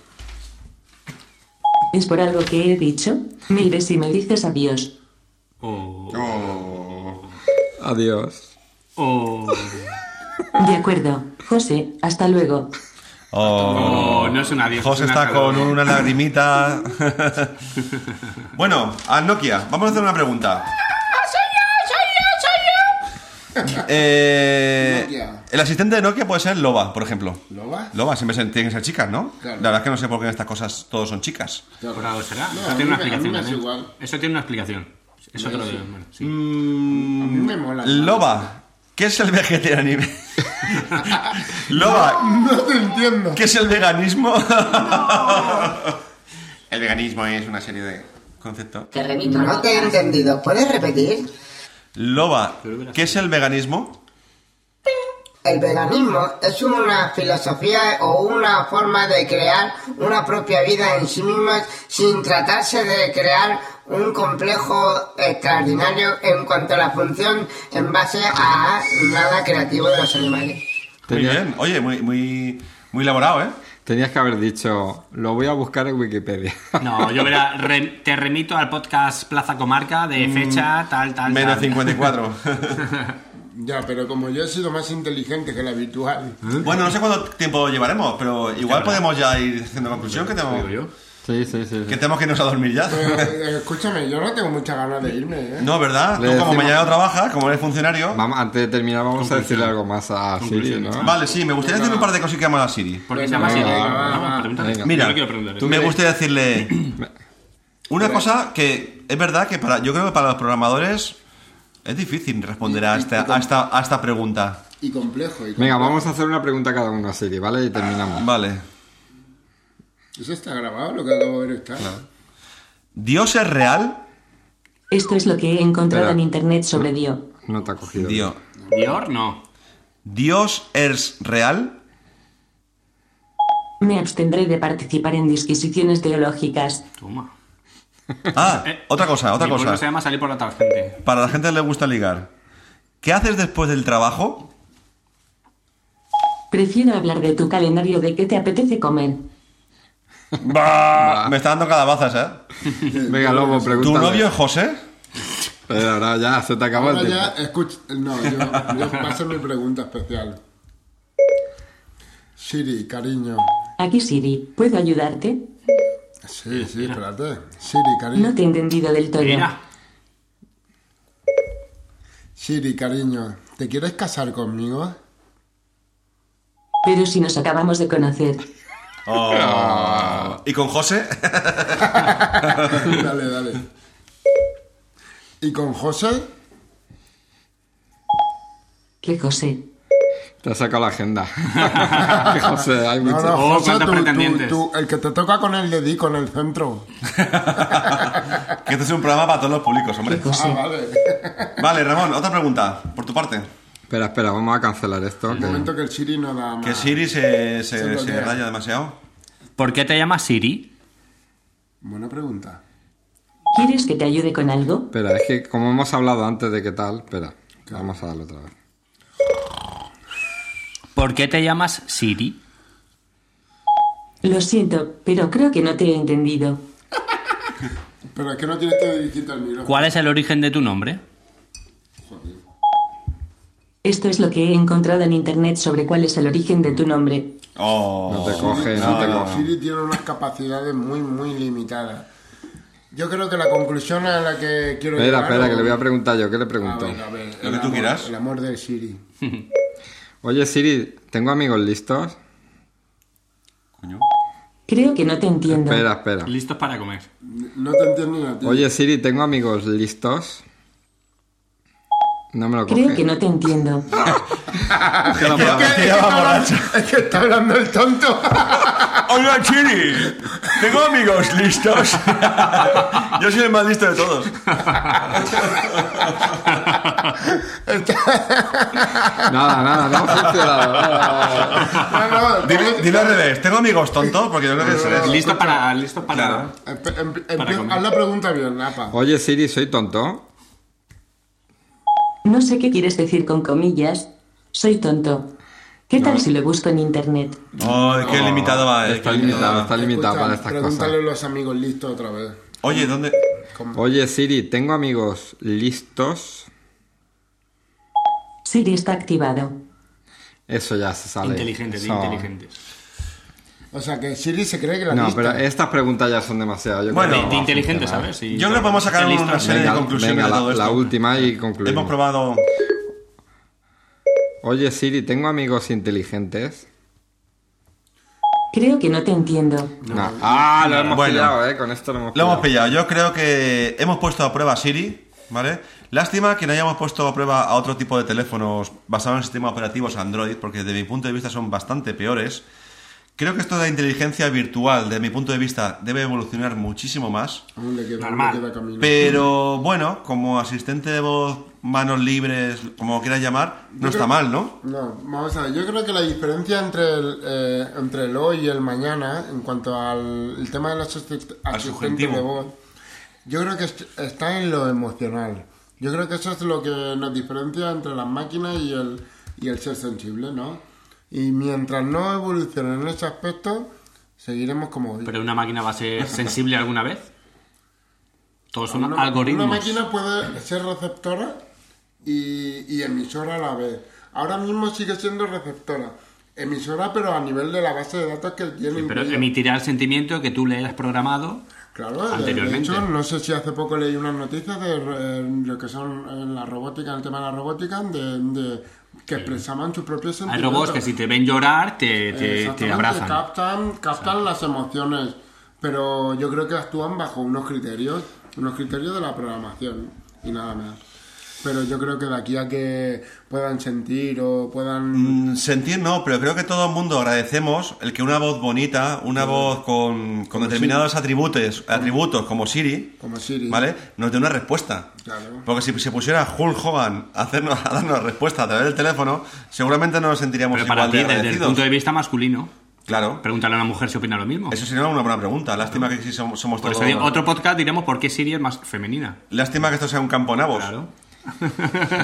¿Es por algo que he dicho? Me iré si me dices adiós. O... Adiós. O... De acuerdo, José, hasta luego. o- No es un adiós. Oh, José es un está hasta con luego. una lagrimita. [LAUGHS] bueno, al Nokia, vamos a hacer una pregunta. Eh, Nokia. el asistente de Nokia puede ser Loba, por ejemplo. ¿Lo vas? Loba, siempre se- tienen que ser chicas, ¿no? Claro. La verdad es que no sé por qué en estas cosas todos son chicas. Por algo será. No, Eso a mí tiene una me- a mí explicación. me es también. igual. Eso tiene una explicación. Eso te lo digo. Bueno, sí. A mí me mola. Mm, Loba, ¿qué es el vegetarianismo? [LAUGHS] Loba, [LAUGHS] No te entiendo. ¿qué es el veganismo? [LAUGHS] el veganismo es una serie de conceptos. Te remito. No te he entendido. ¿Puedes repetir? Loba, ¿qué es el veganismo? El veganismo es una filosofía o una forma de crear una propia vida en sí misma sin tratarse de crear un complejo extraordinario en cuanto a la función en base a nada creativo de los animales. Muy bien, oye, muy, muy, muy elaborado, ¿eh? Tenías que haber dicho, lo voy a buscar en Wikipedia. No, [LAUGHS] yo verá, re- te remito al podcast Plaza Comarca de fecha tal, tal, Mm. Menos tal. 54. Ya, pero como yo he sido más inteligente que [LAUGHS] el habitual. pues, ¿Eh? bueno, no sé cuánto tiempo llevaremos, pero igual podemos ya ir haciendo conclusión que tenemos, Digo yo. Sí, sí, sí. que tenemos que irnos a dormir ya. Pero, eh, escúchame, yo no tengo muchas ganas de irme, ¿eh? No, ¿verdad? Le Tú como decimos- mañana no trabajas, como eres funcionario... Vamos, antes de terminar vamos a decirle algo más a Siri, Conclusiones. ¿no? Vale, sí, me gustaría decir un par de cositas más a Siri. ¿Por qué se llama así? Venga, No, Ah, va, no, va, pregúntale. venga. Mira, Yo le quiero ¿eh? preguntar. me [COUGHS] gusta decirle una cosa que es verdad que para yo creo que para los programadores es difícil responder a esta, a esta, a esta pregunta. Y complejo. Y Venga, complejo. vamos a hacer una pregunta cada uno a Siri, ¿vale? Y terminamos. Vale. Eso está grabado, lo que acabo de ver está. ¿Dios es real? Esto es lo que he encontrado Espera. en internet sobre Dios. No te ha cogido. Dios. Dior, no. ¿Dios es real? Me abstendré de participar en disquisiciones teológicas. Toma. Ah, [LAUGHS] Eh, otra cosa, otra mi pueblo se cosa. llama salir por la tarjeta. Para la gente que le gusta ligar. ¿Qué haces después del trabajo? Prefiero hablar de tu calendario de qué te apetece comer. Bah, [LAUGHS] Me está dando calabazas, ¿eh? Venga, Lobo, pregunta. ¿Tu novio es José? Pero ahora ya, se te acabó el Ahora tiempo. ya, escucha. No, [LAUGHS] yo, yo va a ser mi pregunta especial. Siri, cariño. Aquí Siri, ¿puedo ayudarte? Sí, sí, espérate. Siri, cariño. No te he entendido del todo. Mira, Siri, cariño. ¿Te quieres [LAUGHS] casar conmigo? Pero si nos acabamos de conocer. ¿Y con José? [LAUGHS] dale, dale. ¿Y con José? ¿Qué José? Te ha sacado la [LAUGHS] agenda. [LAUGHS] Que José, hay No, mucho. no, Oh, José, cuántos tú- tú- pretendientes. tú, el que te toca con el dedico en el centro. que este es un programa para todos los públicos, hombre. Ah, vale. Vale, Ramón, otra pregunta, por tu parte. Espera, espera, vamos a cancelar esto. El que- momento que el Siri no da más. Que Siri se, se, Se bloquea. se raya demasiado. ¿por qué te llamas Siri? Buena pregunta. ¿Quieres que te ayude con algo? Espera, es que como hemos hablado antes de qué tal, espera, vamos a darlo otra vez. ¿Por qué te llamas Siri? Lo siento, pero creo que no te he entendido. Pero es que no tienes que dirigirte al micrófono. ¿Cuál es el origen de tu nombre? Esto es lo que he encontrado en internet sobre cuál es el origen de tu nombre. Oh. [LAUGHS] No te [LAUGHS] coge, no, no, te no. coge. Siri tiene unas capacidades muy, muy limitadas. Yo creo que la conclusión a la que quiero Espera, llegar... espera, o- que le voy a preguntar yo, ¿qué le Ah, pregunto? venga, a ver, Lo el que tú amor- quieras. El amor de Siri. Oye Siri, ¿tengo amigos listos? Coño. Creo que no te entiendo. Espera, espera. Listos para comer. No te entiendo ni a ti. Oye Siri, ¿tengo amigos listos? No me lo Creo coge. que no te entiendo. Es que está hablando- [LAUGHS] es que está hablando [LAUGHS] el tonto. Hola, Chiri. Tengo amigos listos. [LAUGHS] Yo soy el más listo de todos. Nada, nada, no ha funcionado. nada, nada. No, no, Dile, vamos- dile al revés. Tengo amigos tontos porque yo creo que seré. Listos para... Listos para... Claro. Empe- empe- Para empie- comer. em, Haz la pregunta bien, Napa. Oye Siri, ¿soy tonto? No sé qué quieres decir con comillas. Soy tonto. ¿Qué tal si lo busco en internet? Ay, Oh, qué limitado va. eh, Está qué limitado, limitado está limitado Escucha, para estas cosas. Pregúntale a los amigos listos otra vez. va. Oye, ¿dónde? Oye Siri, ¿tengo amigos listos? Siri está activado. Eso ya se sabe. Inteligentes, Son- inteligentes. O sea, que Siri se cree que la No, lista. pero estas preguntas ya son demasiado. Yo creo Bueno, que de- no De va a inteligentes, funcionar. ¿sabes? Sí. Yo creo que vamos a sacar Listos. una serie de Venga, conclusiones venga, de la, todo la esto. última y concluimos. Hemos probado. Oye Siri, ¿tengo amigos inteligentes? Creo que no te entiendo. No. Ah, lo hemos Bueno. pillado, eh. Con esto lo hemos Lo pillado. hemos pillado. Yo creo que hemos puesto a prueba a Siri, ¿vale? Lástima que no hayamos puesto a prueba a otro tipo de teléfonos basados en sistemas operativos Android, porque desde mi punto de vista son bastante peores. Creo que esto de la inteligencia virtual, desde mi punto de vista, debe evolucionar muchísimo más. Aún le queda, aún Normal. le queda camino. Pero bueno, como asistente de voz, manos libres, como quieras llamar, no está mal, ¿no? No, vamos a ver. Yo creo que la diferencia entre el, eh, entre el hoy y el mañana, en cuanto al el tema de los asist- asistentes subjuntivo. de voz, yo creo que est- está en lo emocional. Yo creo que eso es lo que nos diferencia entre las máquinas y el, y el ser sensible, ¿no? Y mientras no evolucionen en ese aspecto, seguiremos como hoy. Pero una máquina va a [LAUGHS] ser sensible alguna vez. Todos son Una- algoritmos. Una máquina puede ser receptora y, y emisora a la vez. Ahora mismo sigue siendo receptora. Emisora, pero a nivel de la base de datos que tiene. Pero incluida. emitirá el sentimiento que tú le hayas programado. Claro, de- Anteriormente. de hecho, no sé si hace poco leí unas noticias de eh, lo que son eh, la robótica, el tema de la robótica, de, de- que expresaban sus propios Hay sentimientos. robots que si te ven llorar te, te, Eh, te Eh, Exactamente, abrazan. Captan, captan las emociones, pero yo creo que actúan bajo unos criterios, unos criterios de la programación y nada más. Pero yo creo que de aquí a que puedan sentir o puedan... Mm, Sentir no, pero creo que todo el mundo agradecemos el que una voz bonita, una voz con, con determinados atributos, atributos como Siri, Como Siri. ¿vale? Nos dé una respuesta. Claro. Porque si se pusiera Hulk Hogan a, hacernos, a darnos respuesta a través del teléfono, seguramente no nos sentiríamos Pero para igual ti, de desde el agradecidos. punto de vista masculino, Claro. pregúntale a una mujer si opina lo mismo. Eso sería una buena pregunta. Lástima que sí somos, somos Por todos... eso digo, otro podcast diremos por qué Siri es más femenina. Lástima que esto sea un campo nabos. Claro.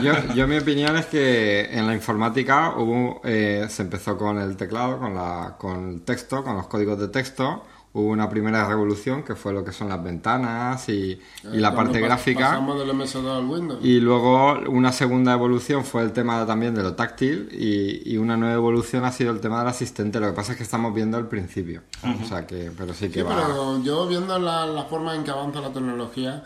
Yo, yo mi opinión es que en la informática hubo, eh, se empezó con el teclado, con, la, con el texto, con los códigos de texto. Hubo una primera revolución que fue lo que son las ventanas y, y la Eh, Cuando parte pa- gráfica. Pasamos del MS2 al Windows. Y luego una segunda evolución fue el tema también de lo táctil y, y una nueva evolución ha sido el tema del asistente. Lo que pasa es que estamos viendo el principio. O sea que, pero sí que Sí, va. pero yo viendo la, la forma en que avanza la tecnología,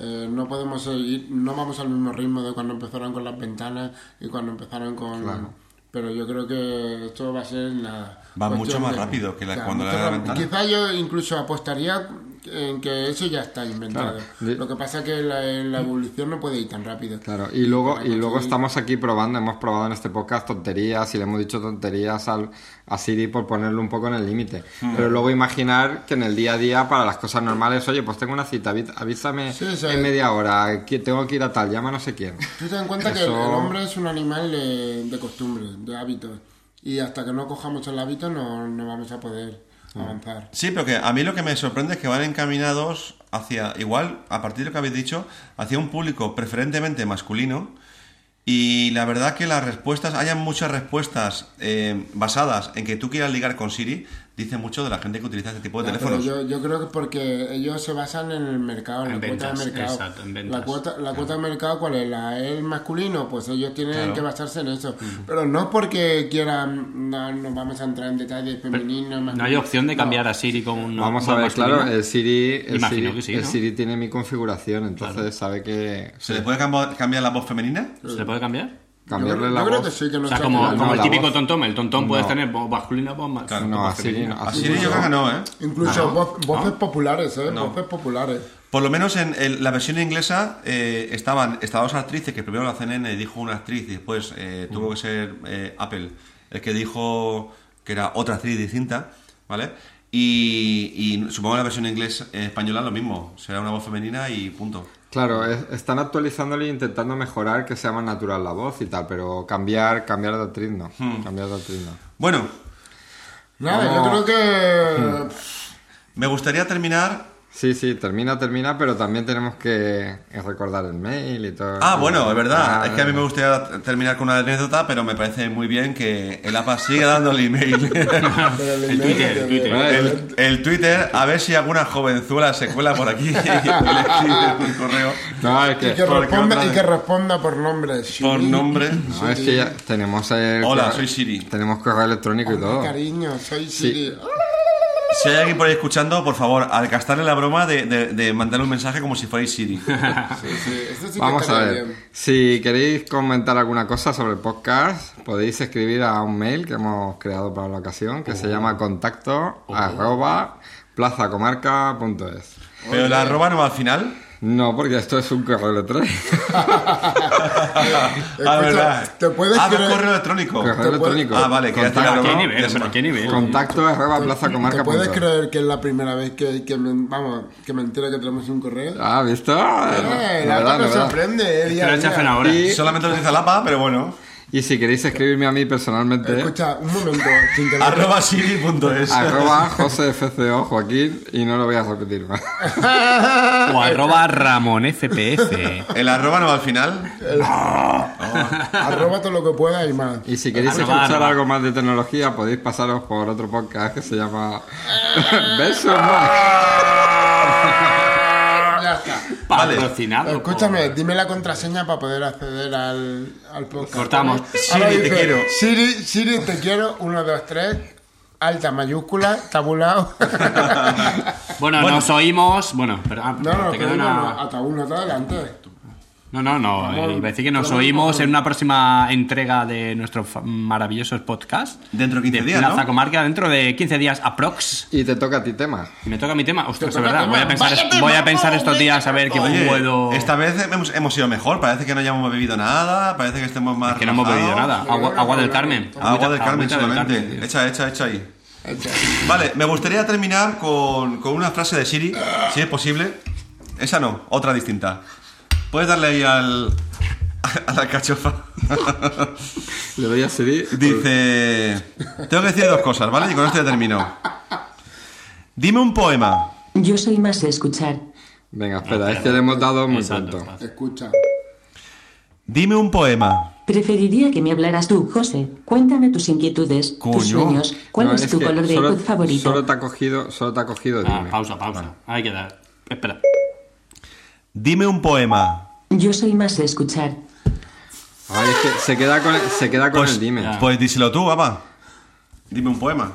eh, no podemos seguir, no vamos al mismo ritmo de cuando empezaron con las ventanas y cuando empezaron con... Pero yo creo que esto va a ser nada. Va mucho cuestión más rápido que la- cuando mucho era la más- ventana. Quizá yo incluso apostaría en que eso ya está inventado. Claro. Lo que pasa es que la, la evolución no puede ir tan rápido. Claro, y luego, y Para luego conseguir- estamos aquí probando, hemos probado en este podcast tonterías y le hemos dicho tonterías al, a Siri por ponerlo un poco en el límite. Hmm. Pero luego imaginar que en el día a día, para las cosas normales, oye, pues tengo una cita, avi- avísame Sí, sí. en media hora, que tengo que ir a tal, llama no sé quién. Tú ten en cuenta que el, Eso- el hombre es un animal de, de costumbres, de hábitos. Y hasta que no cojamos el hábito no, no vamos a poder Ah. avanzar. Sí, pero que a mí lo que me sorprende es que van encaminados hacia, igual, a partir de lo que habéis dicho, hacia un público preferentemente masculino. Y la verdad que las respuestas, hayan muchas respuestas eh, basadas en que tú quieras ligar con Siri, dice mucho de la gente que utiliza este tipo de Ya, teléfonos. pero Yo, yo creo que porque ellos se basan en el mercado, en, En la cuota ventas, de mercado. exacto, en ventas. la cuota, la cuota de mercado, ¿cuál es? ¿La el masculino? Pues ellos tienen Claro. que basarse en eso. Pero no porque quieran, no, no vamos a entrar en detalles femeninos. No hay opción de cambiar a Siri con un Vamos a voz ver, claro, masculina. el Siri, el Imagino Siri, que sí, el ¿no? Siri tiene mi configuración, entonces sabe que ¿Se le puede cambo- cambiar la voz femenina? ¿Se le puede cambiar? cambiarle yo, la yo creo que voz. sí, que no O sea, está como, mal. no, como el la típico voz. tontón. El tontón puedes tener voz masculina, voz ma- Claro. No, a Siri, no, a A Siri Siri yo no. creo que no, ¿eh? Incluso voz- voces populares, ¿eh? Voces populares. Por lo menos en, el- la versión inglesa eh, estaban estaban dos actrices, que primero la CNN dijo una actriz y después eh, tuvo que ser eh, Apple el que dijo que era otra actriz distinta, ¿vale? Y, y supongo que la versión inglesa eh, española lo mismo, será una voz femenina y punto. Claro, es- están actualizándolo e intentando mejorar que sea más natural la voz y tal, pero cambiar, cambiar de actriz no. Hmm. Cambiar de actriz no. Bueno, Nada, yo creo [LAUGHS] que... me gustaría terminar... Sí, sí, termina, termina, pero también tenemos que recordar el mail y todo. Ah, bueno, es verdad, Ah, es que a mí me gustaría terminar con una anécdota, pero me parece muy bien que el APA siga dando el email. pero el El Twitter, el email- Twitter. Vale. el, el Twitter, a ver si alguna jovenzuela se cuela por aquí y [LAUGHS] le escribe un correo No, es Y que, Porque que, otra responda, y vez. que responda por nombre. por Sí. nombre. no, es que ya tenemos el... Hola, correo- soy Siri. Tenemos correo electrónico y todo. Cariño, soy Ah, Siri. Si hay alguien por ahí escuchando, por favor, al gastarle la broma de, de- de mandarle un mensaje como si fuerais [LAUGHS] Siri. Sí, sí, esto sí que Vamos a estaría ver. bien. Si queréis comentar alguna cosa sobre el podcast, podéis escribir a un mail que hemos creado para la ocasión que Oh. se llama contacto arroba plazacomarca.es. Pero la arroba no va al final. [LAUGHS] No, porque esto es un correo [LAUGHS] electrónico. Ah, verdad. Eh, ¿te puedes ah, de creer- correo electrónico. correo electrónico. Ah, vale, que ya Contacto, está. ¿Qué ¿no? Ya nivel? está. pero ¿Qué nivel? contacto arroba ¿Te puedes plazacomarca.es. creer que es la primera vez que, que me, vamos, que me entero que tenemos un correo? Ah, ¿visto? Eh, Novedad, la verdad me novedad. sorprende, eh, día Te lo a echas día. en ahora. Y- [LAUGHS] Solamente lo dice la APA, pero bueno. Y Y si queréis escribirme a mí personalmente, Escucha, un momento. sin [LAUGHS] que- Arroba siri.es. arroba josefco Joaquín, y no lo voy a repetir [LAUGHS] más. O arroba Ramón FPS. El arroba no va al [LAUGHS] final. Arroba todo lo que pueda y más. Y si queréis Arroba, escuchar arroba. algo más de tecnología, podéis pasaros por otro podcast que se [LAUGHS] llama Versus Más. Ya está. Vale. Patrocinado. Escúchame, por- dime la contraseña para poder acceder al, al podcast. Cortamos. Ahora Siri, te dice, quiero. Siri, Siri, te quiero. Uno, dos, tres. Alta mayúscula, tabulado. Bueno, Bueno. nos oímos. Bueno, pero. ah, no, no, te que queda no, una- no, hasta uno, hasta adelante. No, no, no. Ramón, eh, Iba a decir que nos Ramón, oímos Ramón. en una próxima entrega de nuestros fa- maravillosos podcasts. Dentro de 15 días, Plaza ¿no? Comarca, dentro de 15 días aprox. Y te toca a ti tema. Y me toca mi tema. Ostras, Te es toca verdad. tema. Voy a pensar, Vaya tema, voy a pensar vaya estos tema. días a ver qué Oye, puedo. esta vez hemos, hemos sido mejor. Parece que no hayamos bebido nada. Parece que estemos más. Que no hemos bebido relajados. nada. Agua, agua del Carmen. Agua del Carmen Agüita del Carmen, solamente. tío. Echa, echa, echa ahí. Vale, me gustaría terminar con, con una frase de Siri, si es posible. Esa no, otra distinta. Puedes darle ahí al. a la cachofa. [LAUGHS] Le doy a Siri. Dice. Tengo que decir dos cosas, ¿vale? Y con esto ya termino. Dime un poema. Yo soy más escuchar. Venga, espera, es que le hemos dado muy Exacto. pronto. Escucha. Dime un poema. Preferiría que me hablaras tú, José. Cuéntame tus inquietudes, Coño. tus sueños. ¿Cuál No, es, tu que color de solo- iPod favorito? Solo te ha cogido, solo te ha cogido Ah, dime. pausa, pausa. Hay que dar. Espera. Dime un poema. Yo soy más escuchar. Ay, es que se queda con, el- se queda con Pues, el dime. ya. pues díselo tú, papá. Dime un poema.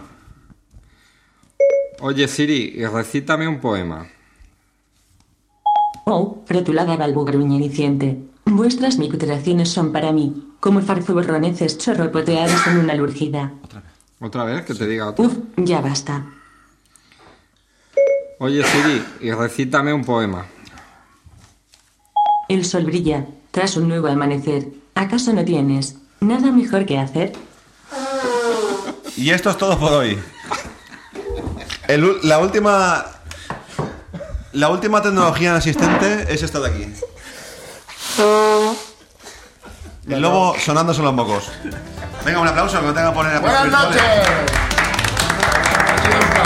Oye Siri, recítame un poema. Oh, rotulada balbugruñericiente. Vuestras microtraciones son para mí, como farzuborroneces chorropoteados en una lurgida. Otra vez, que te diga otra. Uf, ya basta. Oye Siri, y recítame un poema. El sol brilla, tras un nuevo amanecer. ¿Acaso no tienes nada mejor que hacer? Y esto es todo por hoy. El u- la última. La última tecnología en asistente es esta de aquí. El lobo sonando son los mocos. Venga, un aplauso, que me tenga que poner Buenas aplausos virtuales. noches. Hasta siempre.